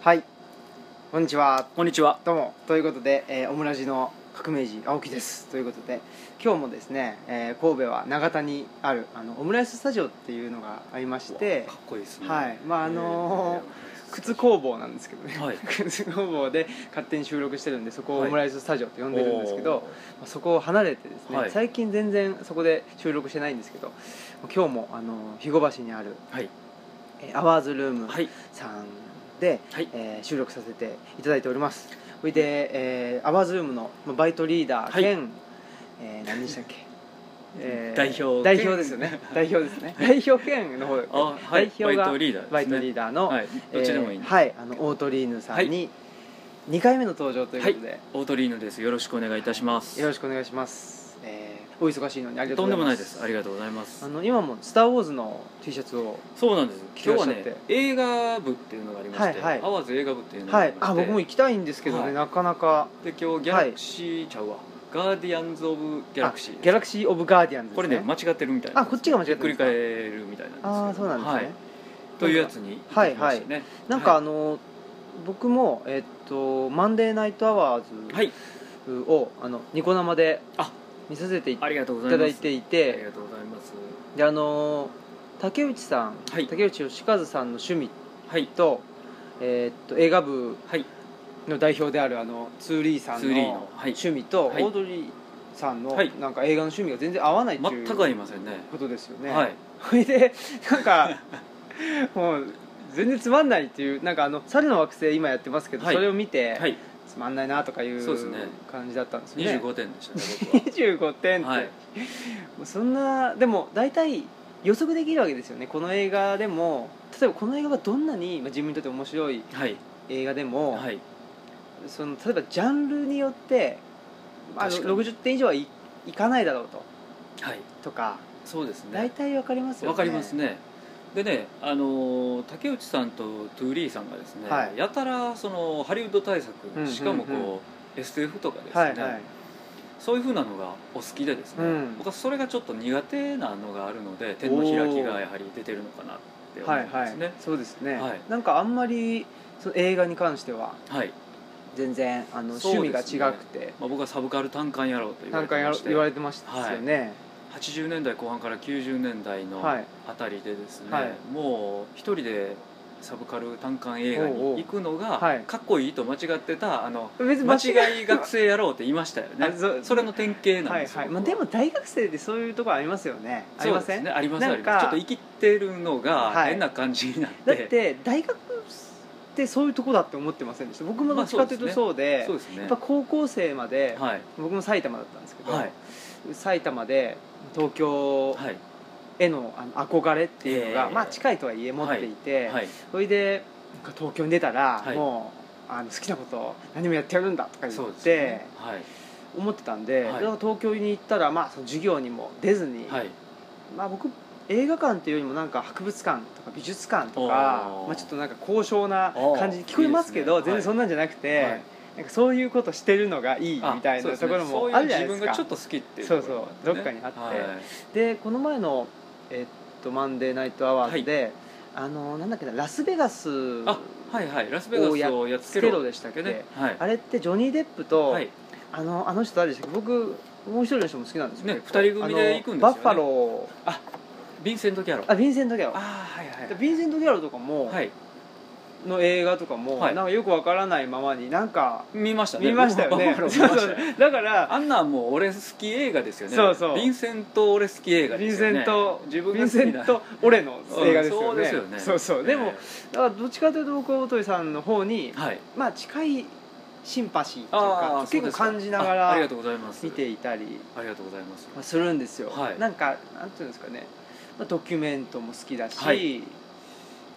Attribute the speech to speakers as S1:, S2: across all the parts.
S1: はいこんにちは
S2: こんにちは。
S1: どうもということで、えーオムラジの革命児青木ですということで今日もですね、えー神戸は長田にあるあのオムライススタジオっていうのがありまして
S2: かっこいいですね。
S1: はいまああのー
S2: えー
S1: 靴工房なんですけどね、
S2: はい
S1: 靴工房で勝手に収録してるんでそこを
S2: はい
S1: オムライススタジオって呼んでるんですけど、まあそこを離れてですね、
S2: はい
S1: 最近全然そこで収録してないんですけど今日もあの肥後橋にある、
S2: おーはい
S1: えーアワーズルーム
S2: はい
S1: さんで、
S2: はい
S1: えー収録させていただいておりますそれで、えーアワーズルームのまあバイトリーダー兼、えー何でしたっ けえー
S2: 代表兼
S1: 代表ですよね 代表ですね代表兼の方だっけ
S2: あはい
S1: 代表が
S2: バイトリーダーですね
S1: バイトリーダーの、
S2: はいどっちでもいいん
S1: え
S2: で
S1: ーはいあのオートリーヌさんに2回目の登場ということで、
S2: オートリーヌです。よろしくお願いいたします。
S1: よろしくお願いします、えーお忙しいのにありがと
S2: と
S1: うんご
S2: で
S1: ざい
S2: も
S1: ます
S2: ないです。ありがとうございます
S1: あ。の今も「スター・ウォーズ」の T シャツを
S2: そうなんです。
S1: 来て
S2: 今
S1: らっしゃ
S2: 日は
S1: って
S2: ね、映画部っていうのがありまして、
S1: はいはい
S2: アワーズ映画部っていうのがあ
S1: は
S2: り
S1: い
S2: まして、
S1: あ僕も行きたいんですけどね、
S2: はい
S1: なかなか
S2: で今日ギャラクシーちゃうわ。ガーディアンズオブギャラクシ
S1: あギャ
S2: ー。
S1: ラクシー・オブ・ガーディアンズです、ね、
S2: これね間違ってるみたいな。
S1: あこっちが間違ってるん
S2: ひ
S1: で
S2: っくり
S1: すか
S2: 返るみたいなんですけど。
S1: ああそうなんですね、
S2: はいというやつに行ってきましたね。
S1: なんか
S2: は
S1: あの、僕もえっと「マンデー・ナイト・アワ
S2: い
S1: ー
S2: はい
S1: ズを」あのニコ生で
S2: あ
S1: 見させてい
S2: あ
S1: た
S2: りがとうございます。
S1: だいてい
S2: あり
S1: て
S2: がとうございます。
S1: であの竹内さん、
S2: はい
S1: 竹内義和さんの趣味
S2: はい
S1: と,、えっと映画部
S2: はい
S1: の代表であるあのツーリーさん
S2: ツ
S1: の
S2: ーリーのはい
S1: 趣味と、
S2: はい
S1: オードリーさんの
S2: はい
S1: なんか映画の趣味が全然合わないっていう
S2: 全く合いませんね。
S1: ことですよね、
S2: はい
S1: それでなんかもう全然つまんないっていうなんかあの「猿の惑星」今やってますけど、
S2: はい
S1: それを見て、
S2: はい
S1: つまんないなとかいう
S2: そうですね
S1: 感じだったんですよね
S2: 25点でしたね僕は。
S1: 25点って、
S2: はい
S1: もうそんなでも大体予測できるわけですよねこの映画でも例えばこの映画がどんなにまあ自分にとって面白い
S2: はい
S1: 映画でも、
S2: はい
S1: その例えばジャンルによって、まあ、
S2: 確かに
S1: 60点以上はい、いかないだろうと
S2: はい
S1: とか
S2: そうですね。わ、
S1: 大体わかりますよね
S2: かりますね。でねあのー竹内さんとトゥーリーさんがですね、
S1: はい
S2: やたらそのハリウッド対策、
S1: うんうん
S2: しかもこう SF とかですね、
S1: はいはい
S2: そういうふうなのがお好きでですね、
S1: うん
S2: 僕はそれがちょっと苦手なのがあるので手の開きがやはり出てるのかなって思
S1: は
S2: う
S1: い
S2: んで
S1: は
S2: すね。はい
S1: い、そうですね、
S2: はい
S1: なんかあんまりその映画に関しては全然あの
S2: そう
S1: 趣
S2: です
S1: 味
S2: ね
S1: が違くて
S2: まあ、僕はサブカル単管野郎と言
S1: な
S2: われ
S1: んか
S2: て
S1: や
S2: ま
S1: ろ
S2: して
S1: 言われてましたよね、
S2: 80年代後半から90年代の
S1: はい
S2: あたりでですね、
S1: はい
S2: もう一人でサブカル単館映画に行くのが
S1: おうおうはい
S2: かっこいいと間違ってた あの
S1: 別に
S2: 間
S1: い
S2: 違い学生やろうって言いましたよね
S1: あそ
S2: それの典型なん
S1: は
S2: で
S1: い
S2: すよ、
S1: はい、
S2: 僕
S1: ま
S2: は
S1: あ、でも大学生でそういうところありますよねありません、
S2: そうですねあります
S1: なん
S2: あ
S1: か
S2: りますちょっと生きてるのが
S1: はい
S2: 変な感じになっ
S1: だ
S2: て、
S1: って大学ってそういうとこだって思ってませんでした僕もどっちかというと
S2: まあ
S1: そうで,、
S2: そうですね
S1: やっぱ高校生まで、
S2: はい
S1: 僕も埼玉だったんですけど、
S2: はい
S1: 埼玉で東京
S2: はい
S1: へのあの憧れっていうのが、
S2: ええ
S1: まあ、近いとはいえ持っていて、
S2: はい
S1: それでなんか東京に出たら、
S2: はい
S1: もうあの好きなこと何もやってやるんだとか言
S2: そ
S1: っ
S2: うです
S1: て、
S2: ねはい
S1: 思ってたんで、
S2: はい
S1: だから東京に行ったら、まあ、その授業にも出ずに、
S2: はい
S1: まあ、僕映画館っていうよりもなんか博物館とか美術館とか
S2: おー
S1: まあ、ちょっとなんか高尚な感じに
S2: おー
S1: 聞こえますけど
S2: いいですね
S1: 全然そんなんじゃなくて、
S2: はい
S1: なんかそういうことしてるのがいいみ
S2: あ
S1: たい
S2: そ
S1: な
S2: うですね
S1: ところもあるじゃないで
S2: そう
S1: す
S2: いう自分が
S1: か
S2: ちょっと好きっていう
S1: そうそう
S2: とこ
S1: ど
S2: ろがね
S1: っかにあっ
S2: は
S1: て
S2: い
S1: でこの前の、えっと「マンデーナイトアワーズで」あのなんだっけなラスベガス
S2: あはいはいラスベガスをやっつ
S1: ス
S2: け
S1: テ
S2: ろ
S1: ロでしたっけ、
S2: ねはい
S1: あれってジョニー・デップと、
S2: はい
S1: あのあの人誰でしたっけ僕もう一人の人も好きなんですよ
S2: ね
S1: 結構
S2: 二人組で行
S1: あ
S2: くんですよね
S1: のバッファロー
S2: ヴィンセント・ギャロ
S1: あヴィンセント・ギャロ
S2: あーはいは
S1: でヴィンセント・ギャロとかも、
S2: はい
S1: の映画とかも、
S2: はい
S1: なんかよくわからないままになんか
S2: 見ましたね
S1: 見ましたよね
S2: 僕もバッファ
S1: そ
S2: ロ
S1: うそ
S2: ー見ました
S1: う
S2: よ
S1: だから
S2: あんなんもう俺好き映画ですよね
S1: そうそう
S2: ヴィンセント俺好き映画
S1: ヴィ
S2: で
S1: ン
S2: すよ
S1: セ
S2: ね
S1: ント
S2: 自分
S1: ヴ
S2: が
S1: ィン
S2: 好き
S1: セン
S2: な
S1: ト・オレの映画です
S2: うん
S1: よ
S2: そう
S1: ね,、
S2: ですよね
S1: そうそうでも、
S2: え
S1: だからどっちかというと僕はオートリさんの方に、
S2: えはい
S1: まあ近いシンパシーっていう
S2: あ
S1: か
S2: あそうで
S1: 結
S2: す
S1: 構
S2: か
S1: 感じなが
S2: ああ
S1: ら
S2: りがとうございます
S1: 見ていたり
S2: ありがとうございます
S1: まあするんですよ、
S2: はい
S1: なんかなんていうんですかね、まあ、ドキュメントも好きだし、
S2: はい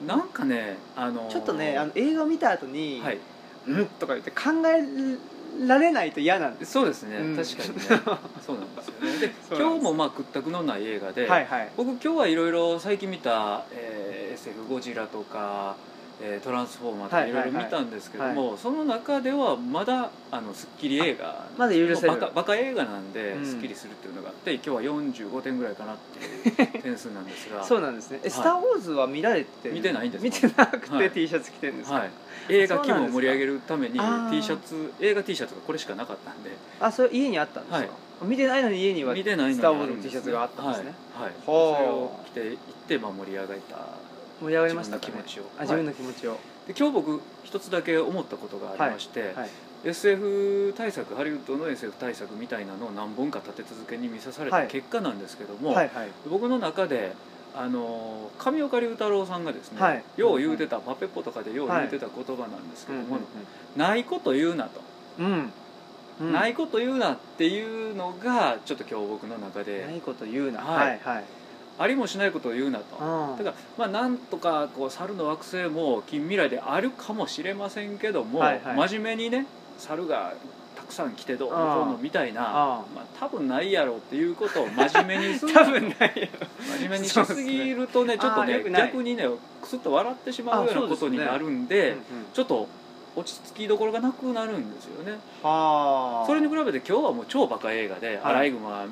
S2: なんかねあのー
S1: ちょっとねあの映画を見た後に「
S2: はい
S1: うん?」とか言って考えられないと嫌なんです
S2: そうですね
S1: うん
S2: 確か にねそうなんですよねで
S1: そうなんです
S2: 今日もまあ屈託のない映画で
S1: はいはい
S2: 僕今日はいろいろ最近見た、えー SF ゴジラとか、ええートランスフォーマーとか
S1: はいいは
S2: ろ
S1: い
S2: いろ見たんですけども、その中ではまだあのスッキリ映画
S1: まだ許せる
S2: バカバカ映画なんで、
S1: うん
S2: スッキリするっていうのがあって今日は45点ぐらいかなっていう点数なんです が
S1: そうなんですねえ「
S2: い
S1: スター・ウォーズ」は見られてる
S2: 見てないんですか
S1: 見てなく
S2: は
S1: て
S2: い
S1: T シャツ着てるんですか、
S2: はい、映画気
S1: そうなんです
S2: 分を
S1: か
S2: 盛り上げるために
S1: あー
S2: T シャツ映画 T シャツがこれしかなかったんで
S1: あそれ家にあったんですか、見てないのに家には
S2: 見てないのに
S1: スター・ウォーズ
S2: あるん
S1: の
S2: で
S1: T
S2: す
S1: シャツがあったんですね、
S2: はい、はい
S1: ほう
S2: それを着て行って、まあ、盛り上がった
S1: 盛り上がり
S2: 自
S1: まし
S2: 分
S1: た
S2: の
S1: か、ね、
S2: 気持ちを、
S1: あ自分
S2: は
S1: の気持ちを、
S2: いで今日僕一つだけ思ったことがありまして、
S1: はい
S2: SF 対策ハリウッドの SF 対策みたいなのを何本か立て続けに見さされ
S1: は
S2: た
S1: い
S2: 結果なんですけども、
S1: はいはい
S2: 僕の中であの上岡龍太郎さんがですね、
S1: はい
S2: よう言うてた、パペッポとかでよう言うてた言葉なんですけども、ないこと言うなと、
S1: うん、うん、
S2: ないこと言うなっていうのがちょっと今日僕の中で
S1: ないこと言うなは
S2: はいい
S1: はい、
S2: ありもしないことを言うなと。
S1: あ
S2: だからまあ、なんとかこう猿の惑星も近未来であるかもしれませんけども、
S1: はいはい
S2: 真面目にね猿がたくさん来てどうのこうのみたいな
S1: あー
S2: まあ、多分ないやろうっていうことを真面目にす る
S1: 多分ないよ
S2: 真面目にしすぎると
S1: そうですね
S2: ねちょっと
S1: あー
S2: ね
S1: 良くない
S2: 逆にねくすっと笑ってしまうようなことになるんでちょっと落ち着きどころがなくなるんですよね。
S1: ああ
S2: それに比べて今日はもう超バカ映画で、
S1: はい
S2: アライグマ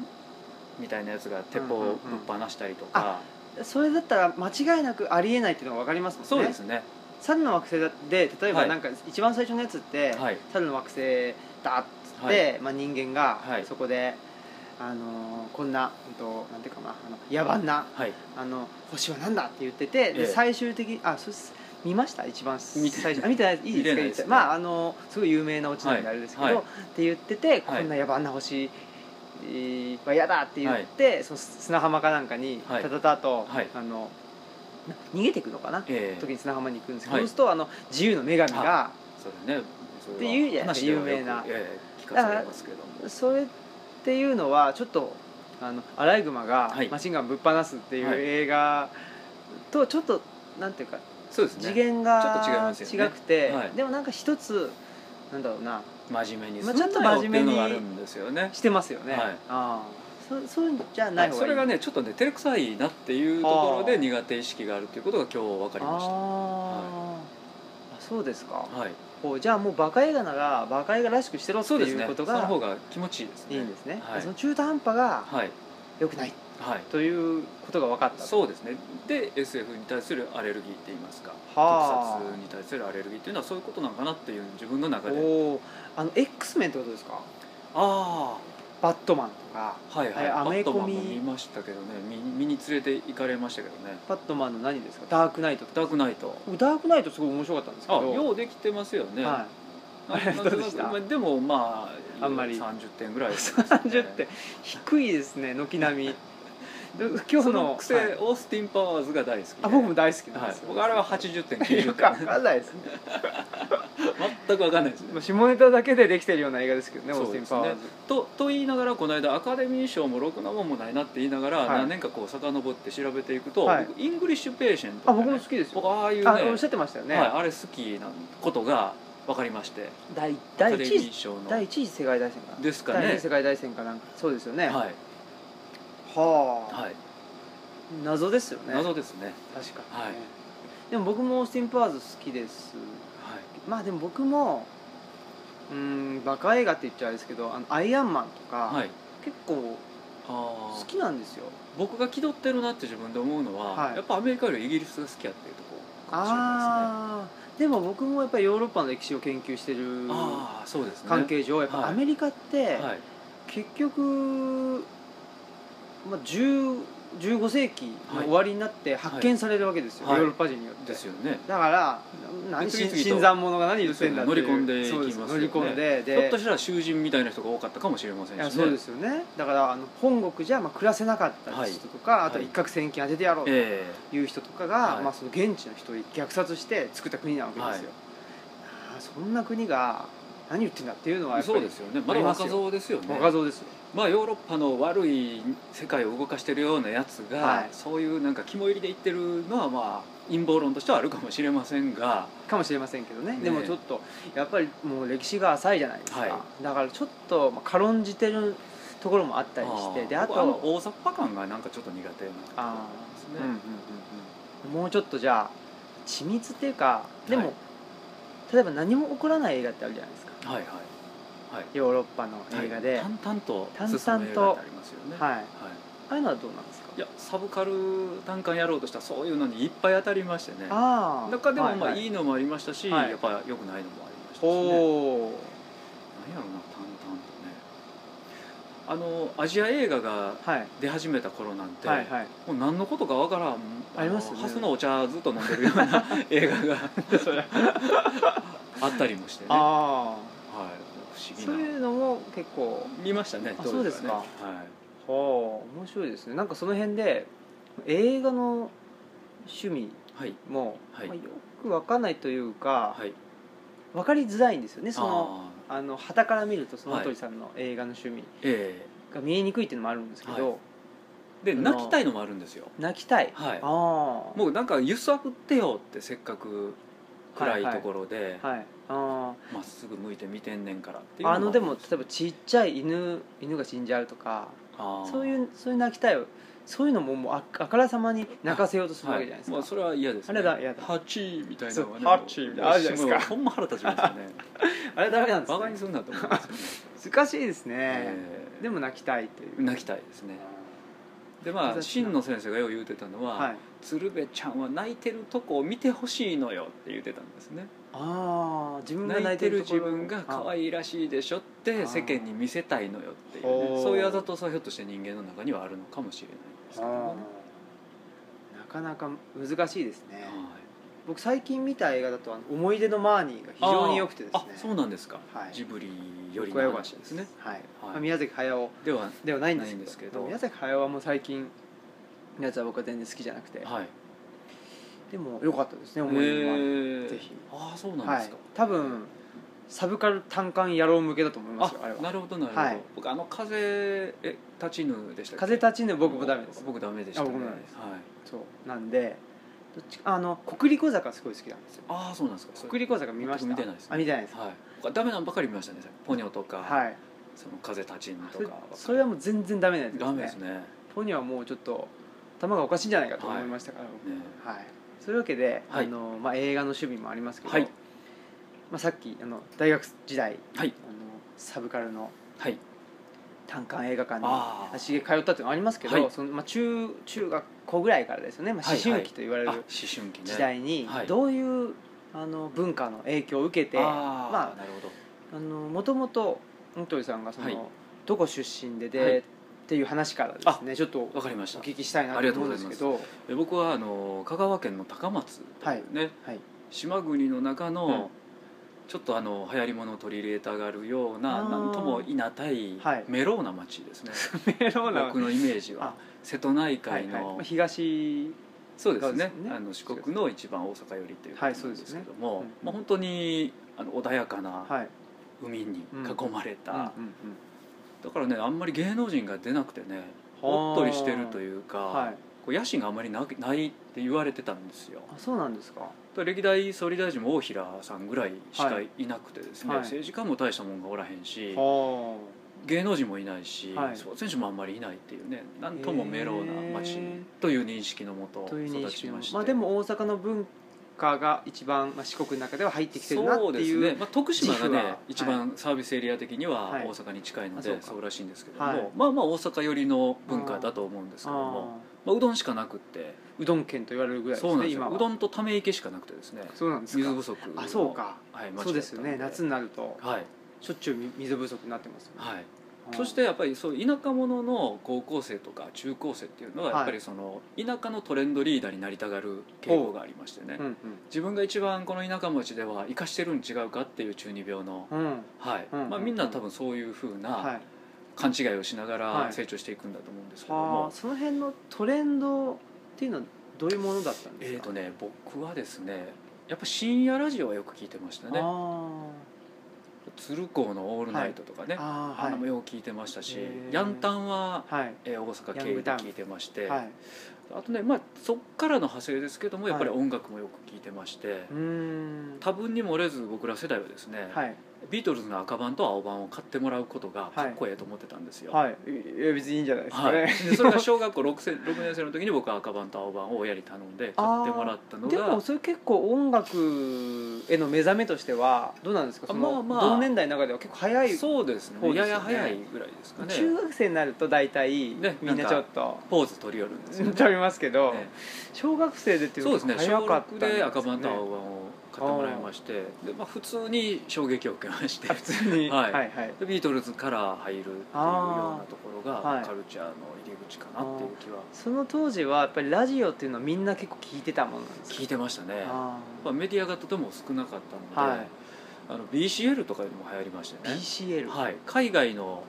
S2: みたいなやつが鉄砲をぶっ放したりとか、
S1: それだったら間違いなくありえないっていうのが分かりますもんね
S2: そうですね
S1: 猿の惑星だで例えば
S2: はい
S1: なんか一番最初のやつって、
S2: はい
S1: 猿の惑星だっつって、
S2: は
S1: まあ、人間が
S2: はい
S1: そこで、あのーこんなうんとなんていうかなあの野蛮な
S2: はい
S1: あの星はなんだって言ってて、で
S2: ええ
S1: 最終的にあそうです見ました一番最
S2: 見て
S1: 初あ見てないいいで
S2: 見
S1: す
S2: れ
S1: か
S2: ないい
S1: い
S2: ですすね
S1: まああのすごい有名なオチなんであれですけど、
S2: はいはい
S1: って言っててこんな野蛮な星えーは嫌だって言って、その砂浜かなんかに
S2: はい
S1: たたたと、
S2: はい
S1: あのな逃げていくのかな、
S2: ええ
S1: 時に砂浜に行くんですけど、
S2: はい
S1: そうするとあの自由の女神が
S2: それねそ
S1: っ
S2: れは
S1: ていうじゃない
S2: 話ではよく
S1: 有名な
S2: ええ聞かされますけども
S1: それっていうのはちょっとあのアライグマが
S2: はい
S1: マシンガンぶっ放すっていう
S2: はい
S1: 映画とちょっとなんていうか
S2: そうですね
S1: 次元が
S2: ちょっと違いますよね
S1: 違くて、
S2: はい
S1: でもなんか一つなんだろうな
S2: 真面目に
S1: まあ
S2: すんな
S1: ちょっと真面目に
S2: よっていうのがあるんですよね
S1: してますよね、
S2: はい
S1: ああそそうじゃない方がいい
S2: それがねちょっとね照れくさいなっていうところで苦手意識があるということが今日分かり
S1: あ
S2: ました
S1: あ、あそうですか、
S2: はい、
S1: こうじゃあもうバカ映画ならバカ映画らしくしてろって
S2: そうです
S1: い
S2: ね
S1: うこと
S2: その
S1: が
S2: 方が気持ちいいです
S1: い
S2: ね
S1: いんですね、
S2: はい
S1: その中途半端が
S2: はい、
S1: 良くない
S2: はい、
S1: ということが分かった
S2: そうですねで SF に対するアレルギーって言いますか
S1: はあ
S2: 特撮に対するアレルギーっていうのはそういうことなのかなっていう自分の中
S1: お
S2: で
S1: おーあの X メンってことですか
S2: あ
S1: バットマンとか
S2: あはいはい
S1: えア
S2: バ
S1: メ
S2: ッ
S1: コ
S2: ト
S1: ミ
S2: マンも見ましたけどね見見に連れて行かれましたけどね
S1: バットマンの何ですかダークナイトとか
S2: ダークナイト
S1: 僕ダークナイトすごい面白かったんですけ
S2: あ
S1: ど
S2: ようできてますよね、
S1: は
S2: なん
S1: あれ
S2: なんとなく
S1: どうでした
S2: まあでもまあ
S1: あんまり
S2: 30点ぐらい
S1: い、
S2: ですね
S1: 30って低いですね軒並みで今日
S2: そ
S1: の
S2: のくせ、
S1: はい
S2: オースティン・パワーズが大好きで
S1: あ僕も大好きなん
S2: は
S1: で
S2: い
S1: す、
S2: 僕あれは80点90
S1: よくわ
S2: 点
S1: かんないですね
S2: 全く分かんないですね
S1: まあ下ネタだけでできてるような映画ですけどね
S2: そ
S1: オース
S2: う
S1: ティ
S2: で
S1: ン・
S2: す
S1: パワー
S2: ね
S1: ズ、
S2: とと言いながらこの間アカデミー賞もろくなもんもないなって言いながら、
S1: はい
S2: 何年かこう遡って調べていくと、
S1: はい
S2: 僕イングリッシュ・ペーシェント
S1: あ
S2: ね
S1: 僕も好きですよ
S2: 僕ああいうね
S1: あおっしゃってましたよね、
S2: はい、あれ好きなことが分かりまして
S1: 第
S2: ア
S1: 第
S2: カデ
S1: 一
S2: ミ
S1: 次
S2: ー賞の
S1: 第一次世界大戦かな
S2: ですかね
S1: 第二次世界大戦かなんかそうですよね
S2: はい、
S1: はあ、
S2: はい、
S1: 謎ですよね
S2: 謎ですね、
S1: 確かに、
S2: はい
S1: でも僕もオースティン・パワーズ好きです
S2: はい、
S1: まあでも僕もうーんバカ映画って言っちゃあれですけどあのアイアンマンとか、
S2: はい、
S1: 結構
S2: あ
S1: 好
S2: ー
S1: きなんですよ
S2: 僕が気取ってるなって自分で思うのは、
S1: はい
S2: やっぱアメリカよりイギリスが好きやっていうところかもしれない
S1: ああでも僕もやっぱりヨーロッパの歴史を研究してる
S2: ですねああそうですね
S1: 関係上やっぱ
S2: は
S1: ア
S2: い
S1: メリカって
S2: はい
S1: 結局、まあ、10 15世紀の終わりになって発見されるわけですよ、
S2: はい
S1: ヨーロッパ人によって、
S2: ですよね
S1: だからな何
S2: で次々と
S1: 新参者が何言ってんだっていう
S2: 乗り込んでいきますよね
S1: そうです乗り込んでで
S2: ひょっとしたら囚人みたいな人が多かったかもしれません
S1: い
S2: しね
S1: やそうですよねだからあの本国じゃまあ暮らせなかった人とか、
S2: い
S1: あと
S2: はい
S1: 一攫千金当ててやろうと
S2: え
S1: いう人とかが、
S2: はい
S1: まあ、その現地の人を虐殺して作った国なわけですよ、ああそんな国が何言ってんだっていうのはや
S2: え
S1: っぱ
S2: そう
S1: り
S2: ですよね
S1: あ
S2: まだ
S1: ります
S2: 若
S1: よ
S2: 造ですよね
S1: 若造ですよ
S2: まあヨーロッパの悪い世界を動かしてるようなやつが、
S1: はい
S2: そういうなんか肝入りで言ってるのはまあ陰謀論としてはあるかもしれませんが
S1: かもしれませんけどね
S2: ねえ
S1: でもちょっとやっぱりもう歴史が浅いじゃないですか、
S2: はい
S1: だからちょっとまあ軽んじてるところもあったりして
S2: ー
S1: であ
S2: 僕はの
S1: と
S2: 大雑把感がなんかちょっと苦手なところなんですね
S1: うんうんうんうんもうちょっとじゃあ緻密っていうかでも、
S2: はい
S1: 例えば何も起こらない映画ってあるじゃないですか
S2: はいはいはい
S1: ヨーロッパの映画で、
S2: 淡々と
S1: 淡々と
S2: 進む映画ってありますよね
S1: はい
S2: はい
S1: ああいうのはどうなんですか
S2: いやサブカル単館やろうとしたらそういうのにいっぱい当たりましてね
S1: ああ
S2: 中でもまあ
S1: はい
S2: いのもありましたし、
S1: はい
S2: やっぱ良くないのもありましたし
S1: お
S2: ね、
S1: お
S2: 何やろうな淡々とねあのアジア映画が
S1: ー、はい、
S2: 出始めた頃なんて、
S1: はい はい
S2: もう何のことかわからん
S1: ありますよ
S2: ね
S1: ね
S2: ハスのお茶ずっと飲んでるような 映画が
S1: それ
S2: あったりもしてね、はい、
S1: ああ
S2: 不
S1: そう
S2: 思議
S1: い
S2: な
S1: うのも結構
S2: 見ましたね
S1: あ
S2: ど
S1: そうですか
S2: はい、
S1: はあ面白いですねなんかその辺で映画の趣味
S2: はい
S1: も、
S2: はい
S1: まあ、よく分かんないというか、
S2: はい
S1: 分かりづらいんですよねその
S2: あー
S1: あの旗から見るとその鳥さんの映画の趣味
S2: え
S1: が見えにくいっていうのもあるんですけど、
S2: はえで
S1: あの
S2: 泣きたいのもあるんですよ
S1: 泣きたい、
S2: はい
S1: ああ
S2: もうなんか揺さぶってよってせっかく暗いところで、
S1: はいあ
S2: まっすぐ向いて見てんねんからっていう
S1: ああのでも例
S2: あ
S1: えばちっちゃい犬犬が死んじゃうとか
S2: あー
S1: そういうそういう泣きたいをそういうのももうああからさまに泣かせようとするわけじゃないですか、
S2: はまあ、それは嫌です、ね、
S1: あれだ嫌だ
S2: ハチみたいなのはね
S1: そうハチみたいなのあるじゃないですか
S2: もうほんま腹立ちますよね
S1: あれダメなんです
S2: バ
S1: ね
S2: カにするなと思います よね、
S1: 難しいですね、
S2: えー
S1: でも泣きたいという
S2: 泣きたいですねでまあ真の先生がよう言うてたのは、
S1: はい
S2: 鶴瓶ちゃんは泣いてるとこを見てほしいのよって言ってたんですね
S1: ああ自分が
S2: 泣
S1: 泣
S2: い
S1: い
S2: て
S1: て
S2: る
S1: るとこ
S2: 自
S1: ろ
S2: 分が可愛いらしいでしょって
S1: あ
S2: 世間に見せたいのよっていう、
S1: あ
S2: ね、
S1: ー
S2: そういうあざとさはひょっとして人間の中にはあるのかもしれないですけどね
S1: ああなかなか難しいですね
S2: はい
S1: 僕最近見た映画だとあの「思い出のマーニー」が非常に良くてですね
S2: あそうなんですか、
S1: はい
S2: ジブリより
S1: 僕
S2: の
S1: は良かった
S2: 話で
S1: です
S2: ね
S1: はい
S2: はい
S1: まあ宮崎駿
S2: では
S1: ではないんですけ
S2: ない
S1: ど
S2: んですけど
S1: 宮崎駿はもう最近のやつは僕は全然好きじゃなくて
S2: はい
S1: でも良かったですね
S2: え
S1: 思い出のマーニ
S2: ー
S1: ぜひ
S2: ああそう
S1: ー
S2: なん
S1: は
S2: です
S1: い
S2: か、
S1: 多分サブカル単管野郎向けだと思いますよあれ
S2: あ
S1: は
S2: なるほどなるほど、
S1: はい
S2: 僕あの風え立ちぬでしたっけ
S1: 風立ちぬ僕もダメです
S2: 僕ダメでしたね
S1: あ僕もダメです
S2: はい、
S1: そうなんでどっちあの国立小坂すごい好きなんですよ
S2: ああそうなんですかそれ
S1: 国立小坂見ました
S2: 見てないです
S1: あ見てないです
S2: はい僕ダメなのばかり見ましたねポニョとか、
S1: はい
S2: その風立ちぬと
S1: そ
S2: か
S1: れ
S2: ばかり
S1: それはもう全然ダメなやつですね
S2: ダメですねね
S1: ポニョはもうちょっと頭がおかしいんじゃないかと思いましたから、はいそういうわけで、
S2: はい
S1: あのまあ、映画の趣味もありますけど、
S2: はい
S1: まあ、さっきあの大学時代
S2: はい
S1: あのサブカルの
S2: はい
S1: 単館映画館に
S2: あー
S1: 足で通ったっていうのもありますけど、
S2: はい
S1: そのまあ、中中学校ぐらいからですよね、まあ、
S2: はい
S1: 思
S2: はい
S1: 春期と言われ
S2: あ思
S1: る
S2: 春期ね
S1: 時代に
S2: はい
S1: どういう、あの文化の影響を受けて
S2: ああ、
S1: まあ
S2: なるほど
S1: あのもともと本鳥さんがその、
S2: はい
S1: どこ出身でで、
S2: はい
S1: っていう話からですねちょっと
S2: わかりまし
S1: お
S2: た
S1: 聞きしたいな
S2: ありが
S1: と
S2: とう
S1: 思うん
S2: ござ
S1: で
S2: います
S1: すけど
S2: え僕はあの香川県の高松というね、
S1: はい
S2: 島国の中の、
S1: うん
S2: ちょっとあの流行りものを取り入れたがるよう
S1: あ
S2: な
S1: ー
S2: なんともいなたい
S1: はい
S2: メロウな町ですね、
S1: メロ
S2: 僕のイメージは
S1: あ
S2: 瀬戸内
S1: はい
S2: 海
S1: はい
S2: の、
S1: まあ、東
S2: そうで
S1: そ
S2: すね
S1: うですね
S2: あの四国の一番大阪よりっていうこと
S1: は
S2: ないんですけども、
S1: そうですねうん
S2: まあ、本当にあの穏やかな
S1: はい
S2: 海に囲まれた、
S1: うんうんうん
S2: だからねあんまり芸能人が出なくてね
S1: はー
S2: おっとりしてるというか、
S1: はい
S2: こう野心があんまりなないって言われてたんですよ
S1: あそうなんですか
S2: と歴代総理大臣も大平さんぐらいしかいなくてですね、
S1: はい
S2: 政治家も大したもんがおらへんし、
S1: は
S2: 芸能人もいないし、
S1: はい
S2: スポーツ選手もあんまりいないっていうねなんともメロウな街という認識のもと
S1: あと
S2: 育
S1: いう認識
S2: ち
S1: の
S2: まして
S1: まあでも大阪の文化が一番、まあ、四国の中では入ってきてるなって
S2: そうで
S1: い
S2: す
S1: う
S2: ね、まあ、徳島がね、
S1: 自負は
S2: 一番サービスエリア的には
S1: はい
S2: 大阪に近いの
S1: あ
S2: で、
S1: そうか
S2: そうらしいんですけども、
S1: はい
S2: まあまあ大阪寄りの文化だと思うんですけども
S1: あ
S2: まあ、うどんしかなくって
S1: ーうどん県と言われるぐらいですね
S2: そうなんです
S1: 今
S2: よ
S1: は
S2: うどんとため池しかなくてですね
S1: そうなんです
S2: 水
S1: か
S2: 不足の
S1: あそうか
S2: はい、
S1: そうですよね
S2: 街だった
S1: 夏
S2: んで
S1: になると
S2: はい
S1: しょっちゅうみ水不足になってますよね
S2: は
S1: う
S2: い、
S1: ん
S2: そしてやっぱりそう田舎者の高校生とか中高生っていうのは
S1: はい
S2: やっぱりその田舎のトレンドリーダーになりたがる傾向がありましてね、
S1: うん
S2: 自分が一番この田舎町では生かしてるに違うかっていう中二病の、
S1: うんうん
S2: はい
S1: うん
S2: まあ、みんな多分そういうふう
S1: は
S2: ない勘違いをしなが
S1: は
S2: ら
S1: い
S2: 成長していくんだと思うんですけども、
S1: はあその辺のトレンドっていうのはどういうものだったんです
S2: え
S1: か
S2: ーとね僕はですねやっぱ深夜ラジオはよく聞いてましたね
S1: あ
S2: 鶴光の「オールナイト」とかね、
S1: ーあー
S2: あのも
S1: はい
S2: よく聞いてましたし
S1: へ
S2: 「
S1: ー
S2: ヤンタンは」
S1: はい
S2: えー大阪経由で聞いてまして、
S1: はい
S2: あとねまあそっからの派生ですけどもやっぱり
S1: は
S2: 音楽もよく聴いてまして、
S1: うーん
S2: 多分に漏れず僕ら世代はですね、
S1: はい
S2: ビートルズの赤版と青版を買ってもらうことがかっこええと思ってたんですよ、
S1: はいいや別にいいんじゃないですか
S2: はい、
S1: ね、
S2: でそれが小学校 6, せ6年生の時に僕は赤版と青版を親に頼んで買ってもらったの
S1: で
S2: が
S1: もそれ結構音楽への目覚めとしてはどうなんですかその、
S2: まあまあ
S1: 同年代の中では結構早い、
S2: そうですね
S1: そうですよね
S2: やや早いぐらいですかね
S1: 中学生になると大体、
S2: ね
S1: みんなちょっと
S2: ポーズ取り寄るんですよ、ね
S1: 食べますけど、
S2: ね
S1: 小学生でっていう
S2: そう
S1: の
S2: です
S1: が早
S2: ね小
S1: かったんで
S2: 学
S1: すね
S2: で赤版と青版を買ってもらいましてで、まあ、普通に衝撃を受けまして
S1: あ普通に、 は、
S2: はいい
S1: はい
S2: でビートルズから入るっていうようなところ
S1: あー
S2: がカルチャーの入り口かなっていう気は
S1: その当時はやっぱりラジオっていうのはみんな結構聞いてたものなんですか
S2: 聞いてましたね
S1: あー
S2: まあ、メディアがとても少なかったので、
S1: はい
S2: あの BCL とかでも流行りましてね、
S1: BCL
S2: はい、海外の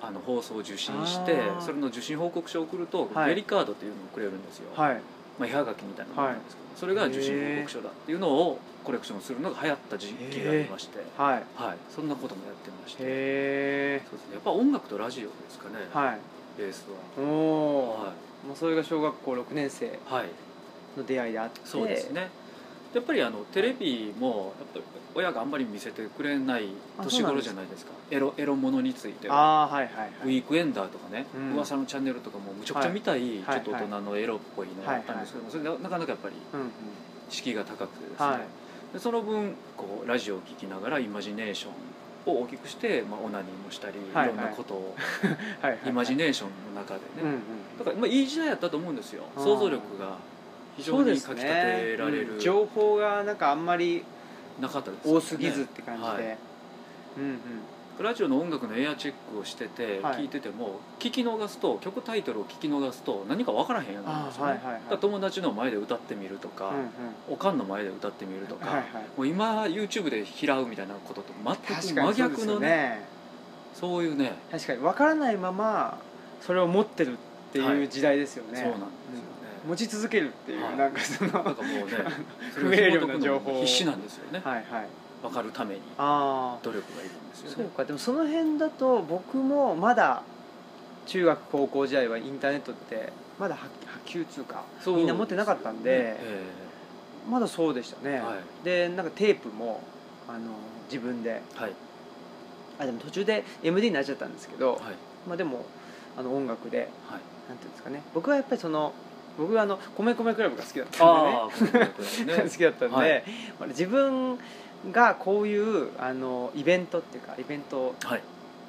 S2: あの放送を受信して
S1: あー
S2: それの受信報告書を送ると
S1: はい
S2: デリカードというのをくれるんですよ、
S1: はい
S2: まあ、絵はがきみたいなものなんですけど、それが受信報告書だっていうのをコレクションするのが流行った時期がありまして、
S1: はいへ
S2: はい、そんなこともやってまして、
S1: え
S2: そうですね、やっぱ音楽とラジオですかね、
S1: はい
S2: ベース
S1: お
S2: は。
S1: お、
S2: は
S1: もうそれが小学校6年生
S2: いはい
S1: の出会いであって
S2: そうですね、やっぱりあのテレビもやっぱり親があんまり見せてくれない年頃じゃないですかエロエロものについては
S1: ああはいはい
S2: ウ
S1: はい
S2: ィークエンダーとかね、
S1: うん
S2: 噂のチャンネルとかもむちゃくちゃ見たい、ち
S1: は
S2: ょ
S1: い
S2: っと大人のエロっぽいのがあったんですけども、それななかなかやっぱり
S1: うんうん
S2: 敷居が高くてですね、
S1: はい
S2: でその分こうラジオを聴きながらイマジネーションを大きくして、まあ、オナニーもしたり、
S1: はい
S2: い
S1: はい
S2: ろんなことを
S1: はいはいはい
S2: イマジネーションの中でね、
S1: うんうん
S2: だから、まあ、いい時代やったと思うんですよ
S1: うん
S2: 想像力が非
S1: そ
S2: 常
S1: うで
S2: に
S1: す
S2: か
S1: ね
S2: きたてられる、
S1: うん情報がなんかあんまり
S2: なかったですよね
S1: 多すぎずって感じで、
S2: はい
S1: うんうん
S2: ラジオの音楽のエアチェックをしてて
S1: はい
S2: 聞いてても、聞き逃すと曲タイトルを聞き逃すと何か分からへんようになるん
S1: あ
S2: です
S1: あ
S2: よ
S1: は
S2: ね、
S1: いはいはい
S2: だから友達の前で歌ってみるとか、
S1: うんうん
S2: おかんの前で歌ってみるとか、
S1: はいはい
S2: もう今 YouTube で拾うみたいなことと全
S1: 確
S2: く
S1: か
S2: 真
S1: にそうで
S2: 逆
S1: す
S2: の
S1: よ
S2: ね
S1: ね
S2: そういうね
S1: 確かに分からないままそれを持ってるっていう時代ですよね、
S2: そうなんですよね、
S1: うん持ち続けるっていう、
S2: はい
S1: なんかその
S2: なん
S1: は
S2: かもうねそ
S1: 不
S2: れ
S1: 明
S2: を
S1: 瞭な
S2: 紐解くの
S1: 情
S2: も
S1: 報を
S2: 必死なんですよね、
S1: いはい
S2: 分かるために
S1: ああ
S2: 努力がいるんですよね
S1: そうかでもその辺だと僕もまだ中学高校時代はインターネットってまだ波波及っつうか
S2: そう
S1: みんな持ってなかったんで、
S2: え
S1: まだそうでしたね、
S2: は
S1: でなんかテープもあの自分で
S2: えはい
S1: あでも途中で MD になっちゃったんですけど、
S2: はい
S1: まあ、でもあの音楽で
S2: はい
S1: なんていうんですかね僕はやっぱりその僕はあの米米クラブが好きだったんでね
S2: ああこの曲ですね
S1: 好きだったんで、
S2: はい
S1: まあ自分がこういうあのイベントっていうかイベントを
S2: はい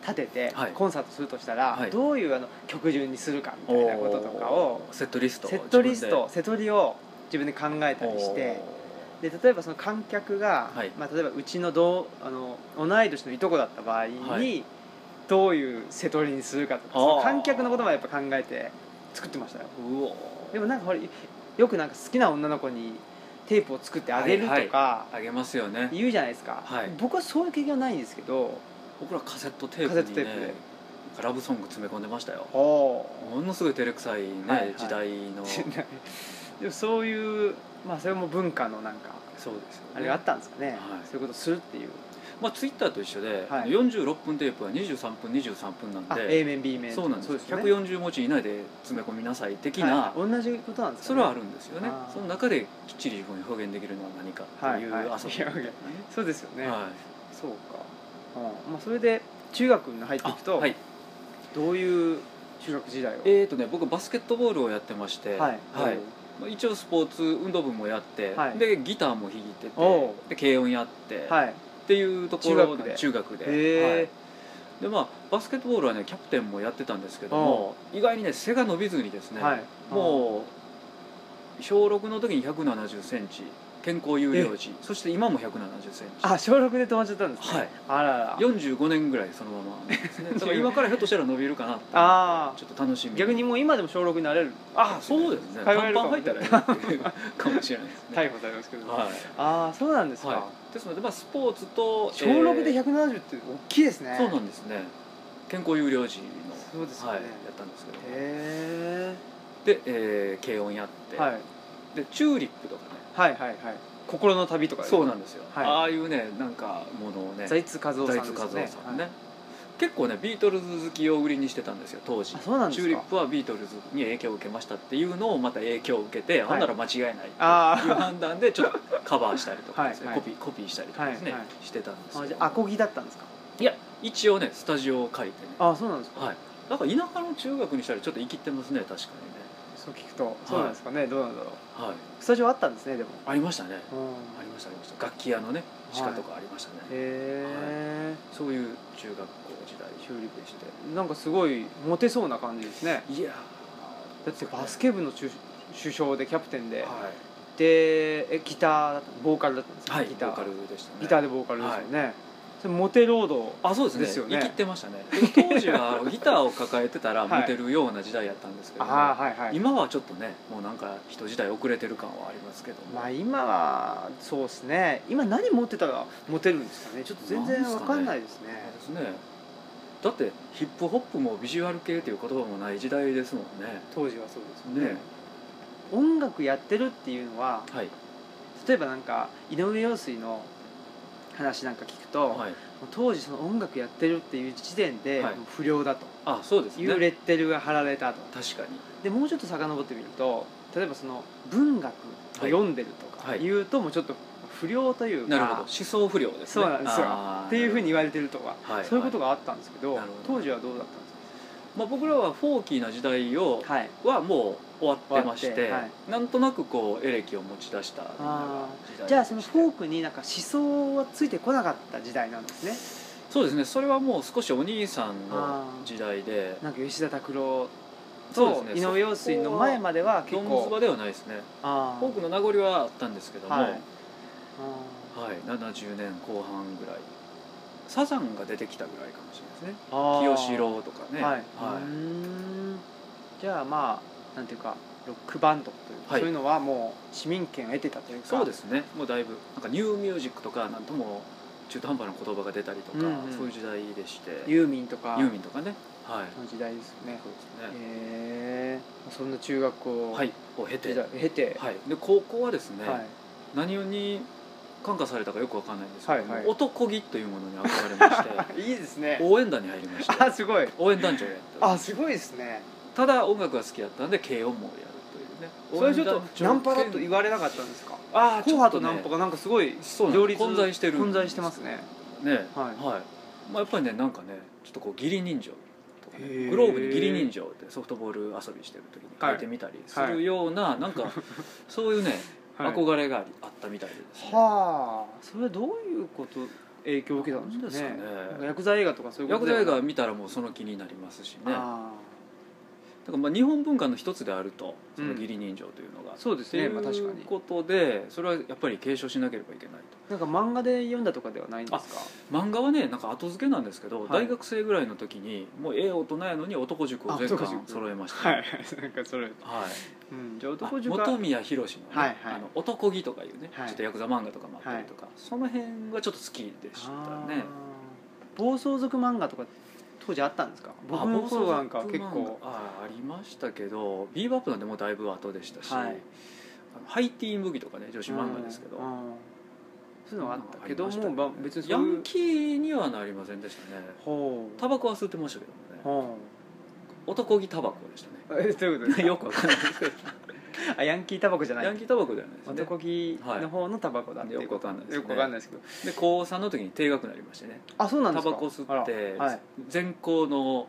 S1: 立てて
S2: はい
S1: コンサートするとしたら、
S2: はい
S1: どういうあの曲順にするかみたいなこととかを
S2: おーセットリストを
S1: セットリストセトリを自分で考えたりしてで例えばその観客が、
S2: はい
S1: まあ、例えばうちの同あの同い年のいとこだった場合に、
S2: はい
S1: どういうセトリにするかとか
S2: あー
S1: その観客のことまでやっぱ考えて作ってましたよ
S2: 自分でうおー
S1: でもなんかほらよくなんか好きな女の子にテープを作ってあげるとか、
S2: はいあげますよね
S1: 言うじゃないですか、
S2: はい
S1: 僕はそういう経験はないんですけど
S2: 僕らカセットテープ
S1: カセッ
S2: に
S1: ト
S2: ね
S1: テープで
S2: ラブソング詰め込んでましたよ
S1: お
S2: ものすごい照れくさいね、
S1: はいはい
S2: 時代の
S1: でもそういうまあそれも文化のなんか
S2: そうですよね
S1: あれがあったんですかね、
S2: はい
S1: そういうことするっていう
S2: まあ、ツイッターと一緒で、
S1: はい
S2: 46分テープは23分23分なん
S1: あ
S2: で
S1: A 面 B 面
S2: そうなんです
S1: よね
S2: 140文字以内で詰め込みなさい的な、
S1: はい同じことなんです
S2: そ
S1: か、ね、
S2: れはあるんですよね
S1: あー
S2: その中できっちり自分を表現できるのは何かっていう
S1: はい はい
S2: 遊びみたいなね
S1: そうですよね、
S2: は
S1: そうか、うんまあ、それで中学に入っていく
S2: い
S1: と、
S2: はい
S1: どういう中学時代を
S2: えーとね僕バスケットボールをやってまし
S1: は
S2: て、
S1: い
S2: はいまあ一応スポーツ運動部もやって、
S1: はい
S2: でギターも弾いて
S1: お
S2: てで軽音やって、
S1: はい
S2: っていうところ
S1: 中学で
S2: 中学で
S1: へー
S2: はいでまあ、バスケットボールはねキャプテンもやってたんですけども意外にね背が伸びずにですね、
S1: はい
S2: もう小6の時に1 7 0センチ健康有料児そして今も1 7 0センチ
S1: あ小6で止まっちゃったんですね、
S2: はい
S1: あらら
S2: 45年ぐらいそのままで すねだから今からひょっとしたら伸びるかなって
S1: ああ
S2: ちょっと楽しみ
S1: 逆にもう今でも小6になれる
S2: あそうですね
S1: 通え
S2: 短
S1: るか
S2: パ
S1: も
S2: ン入ったらいいかもしれないですね
S1: 逮捕されますけど、
S2: はい
S1: ああそうなんですか、
S2: はい、ですので、まあ、スポーツと
S1: 小6で
S2: えー
S1: 170って大きいですね、
S2: そうなんですね健康有料児の
S1: そうですよね
S2: はい、やったんですけど
S1: へ
S2: で、えー、軽音やって、
S1: え、はい、
S2: でチューリップとかね
S1: はいはいはい心の旅とか
S2: そうなんですよ、
S1: はい
S2: ああいうねなんかものをね
S1: 財津和夫さんです
S2: 財津和
S1: ね
S2: 夫さんね、
S1: はい
S2: 結構ねビートルズ好きを売りにしてたんですよ当時
S1: あそうなんです
S2: チ
S1: か
S2: ューリップはビートルズに影響を受けましたっていうのをまた影響を受けて、
S1: い
S2: ほんなら間違いないっていう
S1: あー
S2: 判断でちょっとカバーしたりとかですね
S1: はいはい
S2: コピーコピーしたりとかですね、
S1: はいはい
S2: してたんです
S1: あ
S2: け
S1: じ
S2: ど
S1: ゃあアコギだったんですか
S2: いや一応ねスタジオを借りてね
S1: あそうなんですか
S2: はいなんか田舎の中学にしたらちょっと生きてますね確かにね
S1: そう聞くとそうなんですかね、どうなんだろう
S2: はい
S1: スタジオあったんですねでも
S2: ありましたね
S1: うん
S2: ありましたありました楽器屋のね地下とかありましたね、
S1: へえ
S2: そういう中学校時代
S1: チューリップしてなんかすごいモテそうな感じですね
S2: いや
S1: だってバスケ部の主主将でキャプテン
S2: ー
S1: で、
S2: は
S1: でえギターだったボーカルだったんです
S2: い、
S1: か、
S2: はい、
S1: ギ
S2: ギ
S1: ター
S2: ターボーカルでしたね
S1: ギターでボーカルですよね、それモテロード
S2: あそうですね
S1: ですよね
S2: 生きてましたねでも当時は ギターを抱えてたら
S1: はい
S2: モテるような時代やったんですけども、
S1: ああはいはい
S2: 今はちょっとねもうなんか人時代遅れてる感はありますけども、
S1: まあ今はそうですね今何持ってたらモテるんですかねちょっと全然わかんないですね
S2: ですねだってヒップホップもビジュアル系という言葉もない時代ですもんね
S1: 当時はそうですよね
S2: ね
S1: 音楽やってるっていうのは
S2: はい
S1: 例えばなんか井上陽水の話なんか聞くと、
S2: はい
S1: 当時その音楽やってるっていう時点で
S2: はい
S1: もう不良だと
S2: あそうです
S1: い
S2: ね
S1: うレッテルが貼られたと、
S2: 確かに
S1: でもうちょっと遡ってみると例えばその文学を読んでるとか
S2: はい
S1: 言うともうちょっと不良というか、
S2: なるほど思想不良ですね
S1: そうなんですよ
S2: あー
S1: っていうふうに言われてるとか、
S2: はい
S1: そういうことがあったんですけど
S2: なるほど
S1: 当時はどうだったんです
S2: まあ、僕らはフォーキーな時代を
S1: かはい
S2: はもう終わってまして
S1: 終わっては
S2: なんとなくこうエレキを持ち出した時
S1: あ
S2: 代
S1: じゃあその
S2: でして
S1: フォークになんか思想はついてこなかった時代なんですね
S2: そうですねそれはもう少しお兄さんの時代で
S1: なんか吉田拓郎
S2: そう
S1: と
S2: ですね
S1: 井上陽水の前までは結
S2: ドンズ
S1: 構
S2: バではないですね
S1: あ
S2: フォークの名残はあったんですけども、
S1: はい
S2: はい、70年後半ぐらいサザンが出てきたぐらいかもしれないですね
S1: あー
S2: 清志郎とかね
S1: はい、
S2: は
S1: うー
S2: い
S1: んじゃあまあなんていうかロックバンドというか、
S2: はい
S1: そういうのはもう市民権を得てたというか
S2: そうですねもうだいぶなんかニューミュージックとかなんとも中途半端な言葉が出たりとか、
S1: うんうん
S2: そういう時代でしてユ
S1: ユーミンとか
S2: ーミンとかねはい
S1: の時代ですよね
S2: そうですね、
S1: へえそんな中学校
S2: はいを経て
S1: 時代経て、
S2: はい、で高校はですね、
S1: はい
S2: 何に感化されたかよくわかんないんですけども、
S1: はいはい
S2: 男気というものに憧れまし て
S1: い、いですね
S2: 応援団に入りまして
S1: あすごい
S2: 応援団長をやって
S1: あすごいですね
S2: ただ音楽が好きだったんで軽音もやるというね
S1: それちょっとナンパだと言
S2: わ
S1: われなかったんですか
S2: あ
S1: 紅
S2: あちょ
S1: 派
S2: っと
S1: と
S2: ね
S1: ナンパがなんかすごい
S2: そうなんです
S1: 両立
S2: 混在してるんです
S1: 混在してますね
S2: ね
S1: は
S2: はいい、まあ、やっぱりねなんかねちょっとこう義理人情とか
S1: へ
S2: ね
S1: ー
S2: グローブに義理人情ってソフトボール遊びしてる時に書いてみたりするような、な んかそういうね
S1: は
S2: 憧れがありあったみたいですね、
S1: あそれどういうこと影響を受けたんですかね
S2: なんですかね
S1: なんか薬剤映画とかそういうこ
S2: ヤ
S1: と
S2: クザ映画見たらもうその気になりますしねだか
S1: あ
S2: らまあ日本文化の一つであるとその義理人情というのが、
S1: あそうですねまあ確か
S2: とい
S1: に
S2: うことでそれはやっぱり継承しなければいけないと
S1: なんか漫画で読んだとかではないんですか
S2: 漫画はねなんか後付けなんですけど、
S1: はい
S2: 大学生ぐらいの時にもうええ大人やのに男塾を全
S1: あ男
S2: 巻
S1: 塾
S2: 揃えました、
S1: はいなんかそれ
S2: はい
S1: うんじゃあ
S2: あ
S1: 男塾
S2: 本
S1: は
S2: 宮宏の,、ね
S1: はいはい
S2: あの男気とかいうね、
S1: はい
S2: ちょっとヤクザ漫画とかもあったりとか、その辺がちょっと好きでしたね
S1: あー暴走族漫画とか当時あったんですか僕の頃なんか結
S2: 暴走
S1: 構
S2: 族漫画あーありましたけどビーバップなんてもうだいぶ後でしたし、
S1: はい
S2: あのハイティーンブギとかね女子漫画ですけど、
S1: うんうんそういうのはあったけど
S2: ありました
S1: も
S2: ね
S1: まあ別にそう
S2: ヤ
S1: いう
S2: ンキーにはなりませんでしたね
S1: ほう
S2: タバコは吸ってましたけどもね
S1: ほ
S2: 男気タバコでし
S1: うえどういうことで
S2: た
S1: す
S2: ね
S1: か
S2: よくわかんないですけど
S1: あヤンキータバコじゃない
S2: ヤンキータバコではないですね
S1: 男気の方のタバコだっていうこと
S2: はいよく
S1: よ
S2: わかんないですね
S1: くわかんないですけど
S2: で高3の時に低学になりましてね
S1: あそうなんで
S2: タ
S1: すか
S2: バコ吸って、
S1: あらはい
S2: 全校の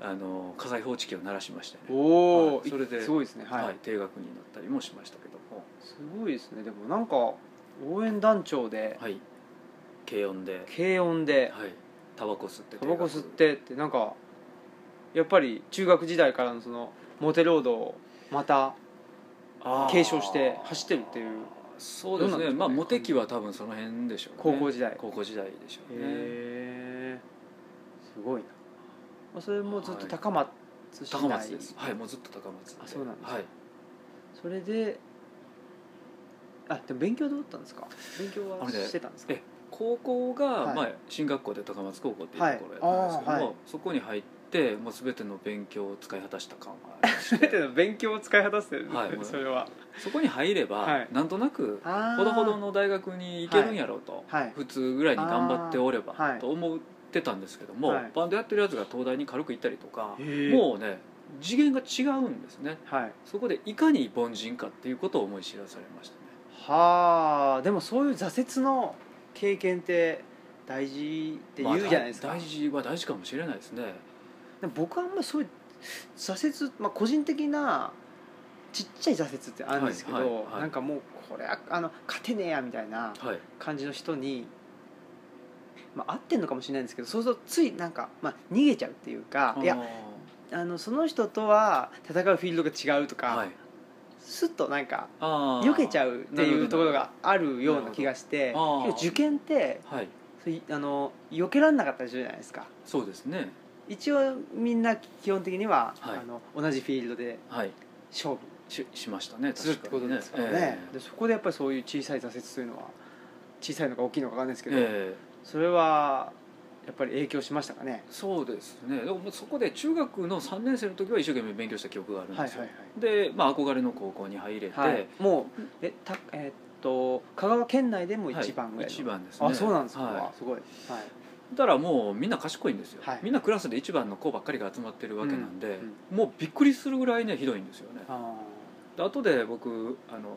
S2: あの火災報知器を鳴らしましてね、
S1: おお
S2: はいそれです
S1: ごいですね
S2: はい
S1: はい
S2: 低学になったりもしましたけども、
S1: すごいですねでもなんか応援団長で
S2: はい、軽音で、
S1: 軽音で
S2: はい、タバコ吸って
S1: タバコ吸ってってなんかやっぱり中学時代からのそのモテロードをまた継承して走ってるっていう
S2: そうです
S1: どうなんです
S2: ね
S1: かね
S2: まあモテ期は多分その辺でしょうね
S1: 高校時代へ
S2: 高校時代でしょうね
S1: えすごいなまあそれもずっと高松市内
S2: 高松ですはいもうずっと高松
S1: あそうなんですか
S2: はい、
S1: それであでも勉強どうだったんですか勉強は
S2: あのね
S1: してたんですか
S2: え高校が、
S1: はい
S2: まあ、進学校で高松高校っていうところやったんですけども、
S1: はいあーはい
S2: そこに入ってもう全ての勉強を使い果たした感はあ りまして
S1: ての勉強を使い果たしてる
S2: はいそれ
S1: は
S2: そこに入れば、
S1: はい
S2: なんとなく
S1: あー
S2: ほどほどの大学に行けるんやろうと、
S1: はい
S2: 普通ぐらいに頑張っておれば
S1: あーはい
S2: と思っってたんですけども、
S1: はい
S2: バンドやってるやつが東大に軽く行ったりとか
S1: へえ
S2: もうね次元が違うんですね
S1: はい
S2: そこでいかに凡人かっていうことを思い知らされましたね
S1: はあでもそういう挫折の経験って大事って言うじゃないですか、
S2: まあ大事は大事かもしれないですね
S1: でも僕はあんまりそういう挫折、まあ、個人的なちっちゃい挫折ってあるんですけど、
S2: はいはいはい
S1: なんかもうこれはあの勝てねえやみたいな
S2: はい
S1: 感じの人に、まあ、合ってんのかもしれないんですけどそうするとついなんか、まあ、逃げちゃうっていうかいやあのその人とは戦うフィールドが違うと
S2: あー
S1: か、
S2: はい
S1: すっとなんか
S2: あー
S1: 避けちゃうっていうところがあるような気がして
S2: なるほどあー
S1: 受験って
S2: はい
S1: そういあの避けられなかったりするじゃないですか
S2: そうですね
S1: 一応みんな基本的には、
S2: はい
S1: あの同じフィールドで
S2: はい
S1: 勝負
S2: ししましたね
S1: するって
S2: 確
S1: こ
S2: か
S1: と
S2: にね
S1: ですからね
S2: え
S1: でそこでやっぱりそういう小さい挫折というのは小さいのか大きいのか分かんないですけ
S2: え
S1: ど、
S2: え
S1: それはやっぱり影響しましたかね
S2: えそうですねでももうそこで中学の3年生の時は一生懸命勉強した記憶があるん
S1: はい
S2: で
S1: は
S2: す
S1: い
S2: よ、
S1: はい、
S2: で、まあ、憧れの高校に入れて、
S1: はい、もうえたえーっと香川県内でも一番ぐ
S2: は
S1: らい
S2: い
S1: の、
S2: 一番ですね
S1: あそうなんですか、
S2: は
S1: すごい、はい、
S2: い、たらもうみんな賢いんですよ、
S1: はい
S2: みんなクラスで一番の子ばっかりが集まってるわけなんで、
S1: うん
S2: もうびっくりするぐらいねひどいんですよね
S1: あ
S2: で後で僕あの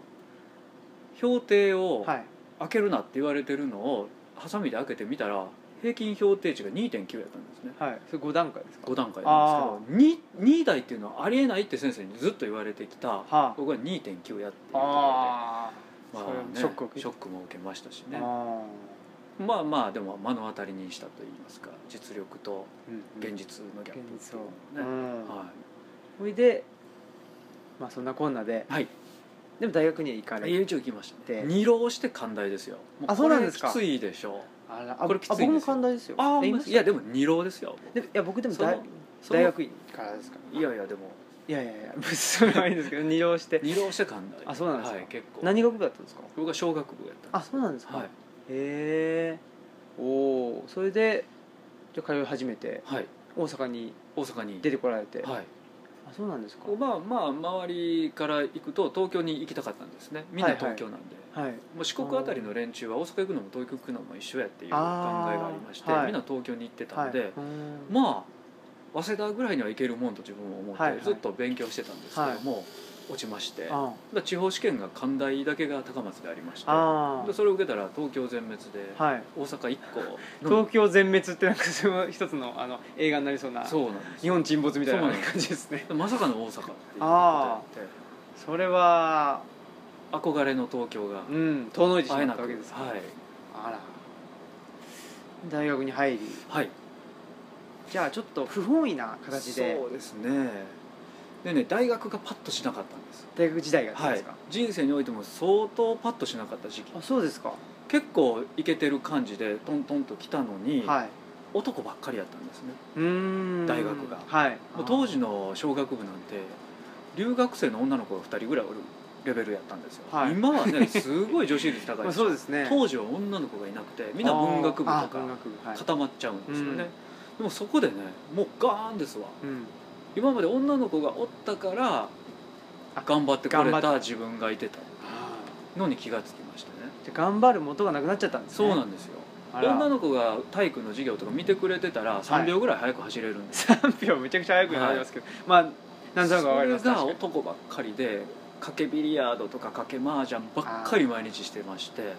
S2: 評定
S1: ー
S2: を
S1: はい
S2: 開けるなって言われてるのをハサミで開けてみたら平均評定値が2.9やったんですね
S1: はいそれ5段階ですか
S2: 5段階なんですけど 2, 2台っていうのはありえないって先生にずっと言われてきた、
S1: あ
S2: 僕は2.9やっていうところで
S1: ああ、
S2: まあね、
S1: ショックを受け
S2: ショックも受けましたしね
S1: ねあ
S2: まあまあでも目の当たりにしたといいますか実力と
S1: ー、うん
S2: 現実のギャップって
S1: 現
S2: い
S1: 実を、
S2: うのね、
S1: うん
S2: は
S1: それでまあそんなこんなで
S2: い、はい
S1: でも大学には行かれて
S2: A 一応行きましたね
S1: で
S2: 二浪して寛大ですよも
S1: あそうなんですか
S2: これきついでしょう
S1: あら
S2: これきついんですよ
S1: 僕も寛大ですよ
S2: あ
S1: え
S2: あい
S1: います
S2: やでも二浪ですよ
S1: でいや僕でも
S2: その
S1: 大
S2: その
S1: 大学院からですか
S2: いやいやでも
S1: いやいやいや それはいいんですけど二浪して
S2: 二浪して寛大
S1: あそうなんですか
S2: はい、結構
S1: 何学部だったんですか
S2: 僕は小学部やったん
S1: あ
S2: で
S1: そうなんです
S2: す
S1: か、
S2: は
S1: へ
S2: い、
S1: えおおそれでじゃあ通い始めて
S2: はい、
S1: 大阪に
S2: 大阪に
S1: 出てこられて、
S2: はい
S1: あそうなんですか
S2: まあまあ周りから行くと東京に行きたかったんですねみんな東京なんで、
S1: はい
S2: もう四国あたりの連中は大阪行くのも東京行くのも一緒やっていう考えがありまして、
S1: あーはい
S2: みんな東京に行ってた
S1: は
S2: ん
S1: い
S2: で、
S1: うん
S2: まあ早稲田ぐらいには行けるもんと自分は思って、
S1: はいはい
S2: ずっと勉強してたんですけども、落ちましてだか
S1: あ
S2: ら地方試験が関大だけが高松でありまして
S1: あ
S2: でそれを受けたら東京全滅で、
S1: はい
S2: 大阪1個の
S1: 東京全滅ってなんかその一つのあの映画になりそうな
S2: そうなんです
S1: 日本沈没みたいな
S2: そう
S1: 感
S2: なんです
S1: じですね
S2: でまさかの大阪っていうことで
S1: あそれは
S2: 憧れの東京が
S1: うん遠のいてし
S2: 会え
S1: ま
S2: な
S1: ったわ
S2: く
S1: けですか
S2: はい、
S1: あら大学に入り
S2: はい、
S1: じゃあちょっと不本意な形で
S2: そうですねでね大学がパッとしなかったんです
S1: 大学時代があったん
S2: は
S1: で
S2: い
S1: すか、、
S2: 人生においても相当パッとしなかった時期
S1: あそうですか
S2: 結構イケてる感じでトントンと来たのに、
S1: はい
S2: 男ばっかりやったんですね
S1: うーん
S2: 大学が
S1: はい
S2: もう当時の小学部なんて留学生の女の子が2人ぐらいおるレベルやったんですよ、
S1: はい
S2: 今は ねすごい女子率高い
S1: まあ
S2: です
S1: そうですね
S2: 当時は女の子がいなくてみんな文学部と
S1: あーあー文
S2: か
S1: 学部はい、
S2: 固まっちゃうんですよ
S1: う
S2: ね、
S1: ん
S2: でもそこでねもうガーンですわ
S1: うん、
S2: 今まで女の子がおったから
S1: あ
S2: 頑張ってこれ
S1: 頑張
S2: た自分がいてた
S1: あ
S2: のに気がつきましたね
S1: ーじゃあ頑張る元がなくなっちゃったんです
S2: そ
S1: ね
S2: うなんですよ、
S1: あら
S2: 女の子が体育の授業とか見てくれてたら3秒ぐらい早く走れるんです、
S1: 3票めちゃくちゃ早くなりますけど、まあなんとなくわかります
S2: それ
S1: 確
S2: が
S1: かに
S2: 男ばっかりで賭けビリヤードとか賭け麻雀ばっかり毎日してまして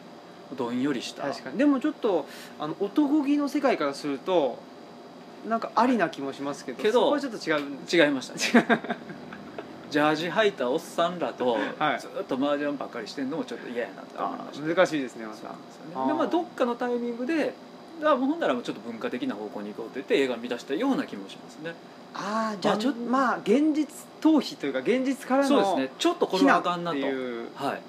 S2: どんよりした
S1: 確かにでもちょっとあの男気の世界からするとなんかありな気もしますけど
S2: けど
S1: そこはちょっと違うんです
S2: 違いまし たねジャージ履いたおっさんらと
S1: はい
S2: ずっと麻雀ばっかりしてんのもちょっと嫌やなって思い
S1: あ
S2: ました、
S1: ー難しいですねま
S2: そう
S1: た
S2: なんですよね
S1: あー
S2: でまあどっかのタイミングであもうほんならもうちょっと文化的な方向に行こうって言って映画見出したような気もしますね
S1: ああじゃあちょっと
S2: あの
S1: まあ現実逃避というか現実から
S2: そうです
S1: の
S2: ねちょっとこ
S1: 避
S2: れはあ
S1: 難
S2: かんな
S1: っ
S2: と
S1: ていう
S2: はい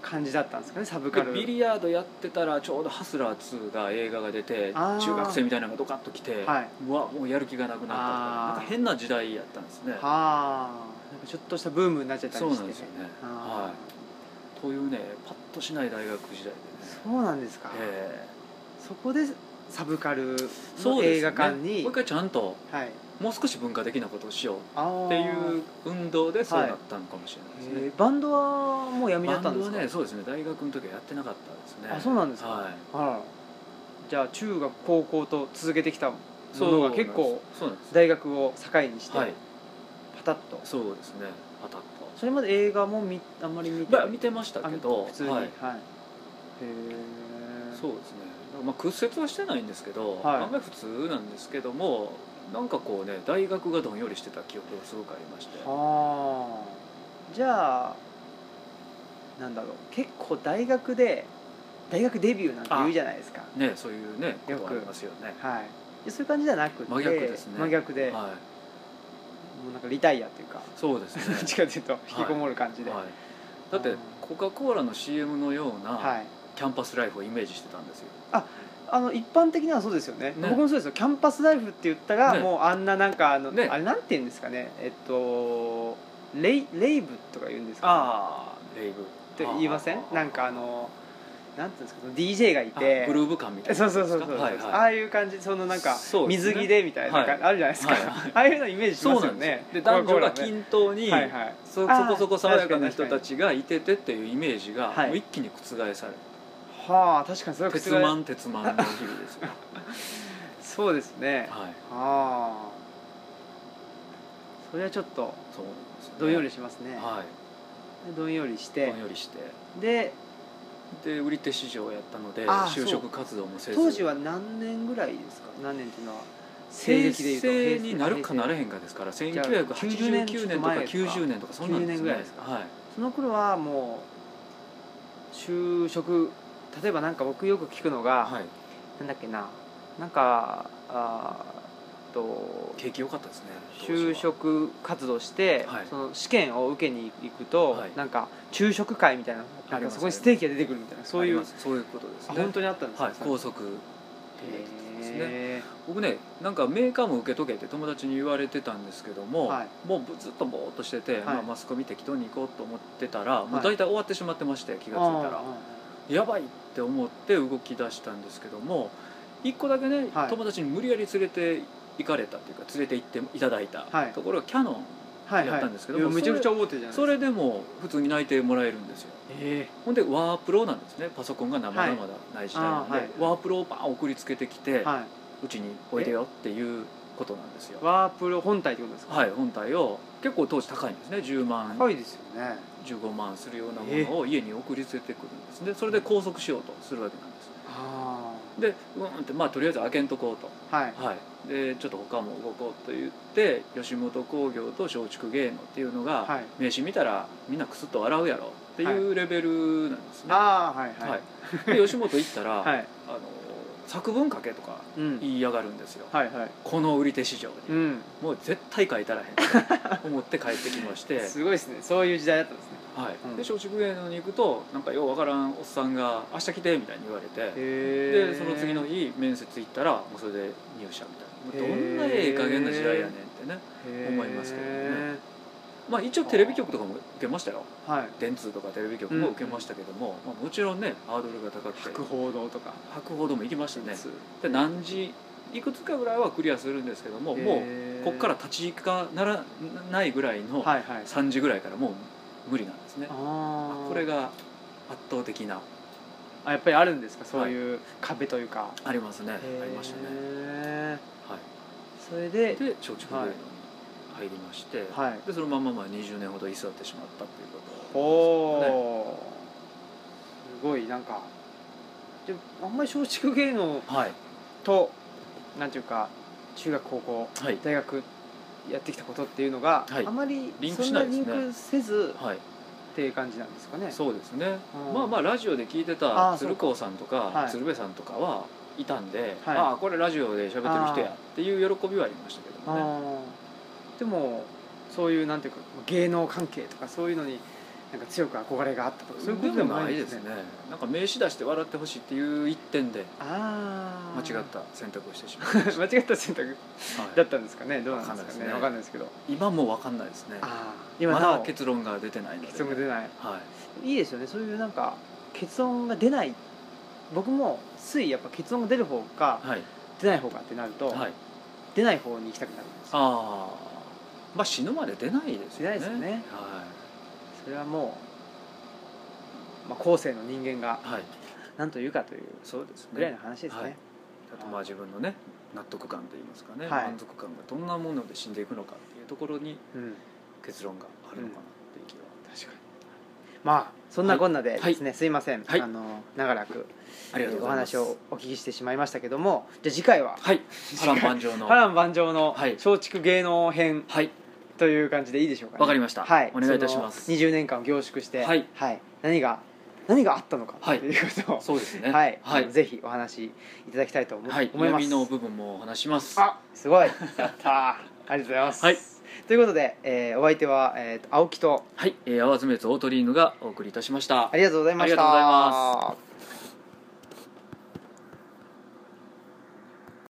S1: 感じだったんですかねサブ
S2: で
S1: カル
S2: ビリヤードやってたらちょうど「ハスラー2」が映画が出て
S1: あー
S2: 中学生みたいなのがドカッと来て、
S1: はいう
S2: わもうやる気がなくなったとか
S1: あ
S2: な
S1: ー
S2: んか変な時代やったんですね
S1: はあなんかちょっとしたブームになっちゃった
S2: そ
S1: り
S2: うな
S1: して
S2: んですよね
S1: あ
S2: はいというねパッとしない大学時代でね
S1: ーそうなんですか、
S2: え
S1: そこでサブカル
S2: えそ
S1: の
S2: うですね
S1: 映画館に、
S2: もう一回ちゃんと
S1: はい、
S2: もう少し文化的なことをしよう
S1: あー
S2: っていう運動でそうなったのかもしれないですね、
S1: えーバンドはもうやめになった
S2: バ
S1: ん
S2: ン
S1: で
S2: ド
S1: す
S2: は
S1: か
S2: ねそうですね大学の時はやってなかったですね
S1: あそうなんですか
S2: はい
S1: あらじゃあ中学高校と続けてきたものが結構
S2: そうなんです
S1: 大学を境にして
S2: はい
S1: パタッと、
S2: そうですね当たっ
S1: それまで映画もみあんまり見て
S2: たまあ見てましたけど
S1: あ普通には、
S2: はいい、
S1: へえ
S2: そうですね、まあ、屈折はしてないんですけど、
S1: はい
S2: あんまり普通なんですけどもなんかこうね大学がどんよりしてた記憶がすごくありまして
S1: あーじゃあなんだろう結構大学で大学デビューなんて言うじゃないですか
S2: ねそういうねこ
S1: よく
S2: とありますよね
S1: はいでそういう感じじゃなくて
S2: 真逆ですね
S1: 真逆で、
S2: はい
S1: もうなんかリタイアっていうか
S2: そうです
S1: どっち
S2: ね
S1: かというと引きこもる感じで、
S2: は
S1: はい
S2: だってコカ・コーラの CM のよう
S1: い
S2: なキャンパスライフをイメージしてたんですよ
S1: あの一般的にはそうですよね
S2: ね
S1: 僕もそうですよキャンパスライフって言ったら、
S2: ね
S1: もうあんななんかあの、
S2: ね
S1: あれなんて言うんですかねえっとレイレイブとか言うんですか
S2: ああレイブっ
S1: って言いませんなんかあのなんていうんですか DJ がいて
S2: グルーヴ感みたいな
S1: そうそうそうそう、
S2: はいはい
S1: ああいう感じそのなんか
S2: そうですね
S1: 水着でみたいな、
S2: はい
S1: あるじゃないですか、
S2: はいはい
S1: ああいうのイメージし
S2: そ
S1: ま
S2: う
S1: す
S2: な
S1: よ
S2: んですよ
S1: ね
S2: で男女が
S1: コカコーラのね
S2: 均等に
S1: はいはい
S2: そ
S1: あ
S2: そ
S1: ー
S2: こそこ爽やかな人
S1: 確かに確かに
S2: たちがいててっていうイメージが
S1: はい
S2: もう一気に覆され
S1: はあ確かにそれ
S2: た
S1: は覆
S2: 鉄マン鉄マンの日々です よ
S1: そうですね
S2: はい
S1: はあそれはちょっと
S2: そうなんですよね
S1: どんよりしますね
S2: は
S1: でどんよりし
S2: い
S1: て
S2: どんよりして
S1: で
S2: で売り手市場をやったので
S1: あー
S2: 就職活動もせず
S1: 当時は何年ぐらいですか何年っていうのは
S2: 平
S1: 西暦で言
S2: 成
S1: うと
S2: になるかならへんかですから1989年とか90年とかそんなんで
S1: 90年
S2: す
S1: ぐらいです
S2: かはい
S1: その頃はもう就職例えばなんか僕よく聞くのが、
S2: はい
S1: なんだっけななんかあーと
S2: 景気良かったですね
S1: 就職活動して、
S2: はい
S1: その試験を受けに行くと、
S2: はい
S1: なんか昼食会みたいなのがあって
S2: あります
S1: そこにステーキが出てくるみたいなそういう
S2: ありますそういうことです
S1: あ
S2: ね
S1: 本当にあったんですか、
S2: はい
S1: それ
S2: 高速ですね
S1: へ
S2: 僕ねなんかメーカーも受けとけって友達に言われてたんですけども、
S1: はい
S2: もうずっとぼーっとしてて、
S1: い
S2: まあ、マスコミ適当に行こうと思ってたら、
S1: は
S2: も
S1: いう
S2: 大体終わってしまってまして気
S1: ー
S2: がついたら
S1: あ
S2: やばいって思って動き出したんですけども一個だけね、
S1: はい
S2: 友達に無理やり連れて行かれたというか連れて行っていただいた
S1: はい
S2: ところがキャノン、
S1: ーはいはい
S2: やったんですけど
S1: いや
S2: もう
S1: めちゃくちゃ覚えてるじゃない
S2: それでも普通に内定もらえるんですよ
S1: え
S2: ほんでワープロなんですねパソコンが生々ない時代なんで、
S1: はいあーはい
S2: ワープロをバン送りつけてきて、
S1: えは
S2: うちにおいでよっていうことなんですよ
S1: い、ワープロ本体ってことですか、
S2: はい、本体を結構当時高いんですね10万、
S1: 高いですよね
S2: 15万するようなものを家に送りつけてくるんですでそれで拘束しようとするわけなんです
S1: あ
S2: でうーんってまあとりあえず開けんとこうと、
S1: あはい
S2: はい、でちょっと他も動こうと言って吉本興業と松竹芸能っていうのが、
S1: はい
S2: 名刺見たらみんなクスッと笑うやろっていうレベルなんですね、は
S1: ああはいはいいはい、
S2: で吉本行ったら、
S1: はい
S2: あの作文書けとか
S1: うん、
S2: 言いやがるんですよ、
S1: はいはい
S2: この売り手市場に、
S1: うん
S2: もう絶対書いたらへんと思って帰ってきまし て
S1: すごいですねそういう時代だったんですね
S2: はい、
S1: うん
S2: で松竹芸能に行くとなんかようわからんおっさんが「明日来て」みたいに言われて
S1: へ
S2: でその次の日面接行ったらもうそれで入社みたいなもうどんな
S1: へー
S2: ええ加減な時代やねんってね思いますけどねまあ一応テレビ局とかも受けましたよ
S1: はい
S2: 電通とかテレビ局も受けましたけども、まあ、もちろんねハードルが高くて
S1: 博報堂とか
S2: 白報でも行きましたね
S1: そう
S2: で何時いくつかぐらいはクリアするんですけどももう
S1: へー
S2: こっから立ち行かならないぐらいの
S1: はいはい
S2: 3時ぐらいからもう無理なんですね
S1: あ
S2: こ
S1: こ
S2: れ
S1: れが
S2: が圧倒的な
S1: あやっぱりあるんですかそういう壁というか
S2: ありますねあ
S1: へー
S2: りましたね、はい、
S1: それで
S2: で松竹芸能に入りまして、
S1: はい
S2: でそのまままあ20年ほど居座ってしまったっていうこと
S1: おおーすごいなんかであんまり松竹芸能
S2: はい
S1: となんていうか中学高校
S2: はい
S1: 大学やってきたことっていうのが、
S2: はい
S1: あまり
S2: リン
S1: そ
S2: ク
S1: ん
S2: し
S1: な
S2: ないで
S1: リ
S2: す
S1: ン
S2: ね
S1: クせず
S2: はい
S1: っていう感じなんですかね
S2: そうですね、
S1: うん
S2: まあまあラジオで聞いて
S1: あー
S2: た鶴光さんと
S1: そうかは
S2: か
S1: い
S2: 鶴瓶さんとかはいたんで、
S1: はい
S2: ああこれラジオで喋ってる人やっていう喜びはありましたけどもね
S1: あーでもそういうなんていうか芸能関係とかそういうのになんか強く憧れがあったとかそういうことでもないんですね
S2: でもないなんか名刺出して笑ってほしいっていう一点で
S1: ああ
S2: 間違った選択をしてしまいまし
S1: 間違った選択
S2: た、はい
S1: だったんですかねどうなんですかね
S2: わ
S1: わ
S2: か
S1: か
S2: ん
S1: んないですけど
S2: 今も分かんないですね
S1: ああ今
S2: ま
S1: な
S2: だ
S1: お結
S2: 結論が出てないので
S1: 論が出ない
S2: はい
S1: いいですよねそういうなんか結論が出ない僕もついやっぱ結論が出る方か
S2: はい
S1: 出ない方かってなると、
S2: はい
S1: 出ない方に行きたくなるんですよ
S2: ああまあ死ぬまで出ないです
S1: 出
S2: よね
S1: ないですよね
S2: は
S1: それはもう、まあ、後世の人間が
S2: い、はい、
S1: 何と言うかという
S2: そうですね
S1: ぐらいの話ですね、
S2: はいあとまあ自分のね納得感といいますかね、
S1: はい
S2: 満足感がどんなもので死んでいくのかっていうところに
S1: うん
S2: 結論があるのかなっていう気は、
S1: 確かにまあそんなこんなでですね、すいません、
S2: はい
S1: あの長らく
S2: ありがとうご
S1: お
S2: ざいます
S1: 話をお聞きしてしまいましたけどもじゃあ次回は
S2: はい波乱万丈の
S1: 波乱万丈の
S2: はい
S1: 松竹芸能編
S2: はい
S1: という感じでいいでしょうかね
S2: わかりました
S1: はい
S2: お願いいたします
S1: その20年間を凝縮して
S2: はい
S1: 何が何があったのかと
S2: はい
S1: いうことを
S2: そうですね
S1: はい、
S2: は
S1: あの
S2: い、
S1: ぜひお話しいただきたいと思,、
S2: はい、
S1: 思います
S2: 闇の部分もお話します
S1: あす ごいやったーありがとうございます、
S2: はい
S1: ということで、えーお相手は、えーと青木と
S2: はい、えー、淡爪とオートリーヌがお送りいたしました
S1: ありがとうございました
S2: ありがとうございます